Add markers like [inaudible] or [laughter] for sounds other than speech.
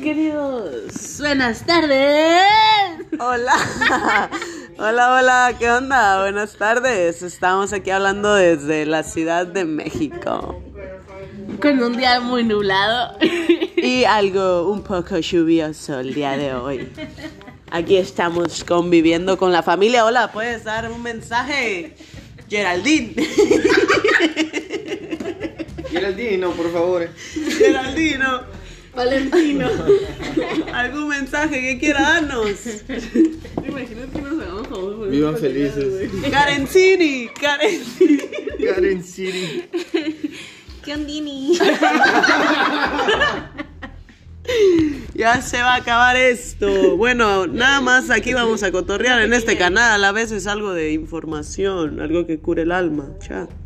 queridos. Buenas tardes. Hola. [laughs] Hola, hola, ¿qué onda? Buenas tardes. Estamos aquí hablando desde la Ciudad de México. Con un día muy nublado. Y algo un poco lluvioso el día de hoy. Aquí estamos conviviendo con la familia. Hola, ¿puedes dar un mensaje? Geraldine. [laughs] Geraldino, por favor. Geraldino, Valentino. ¿algún mensaje que quiera darnos? Imagínate que nos hagamos famosos. por Vivan esta güey. felices. Karencini, Karencini. Karen City. ¿Qué ondini? Ya se va a acabar esto. Bueno, nada más aquí vamos a cotorrear en este canal. A veces algo de información, algo que cure el alma. Chao.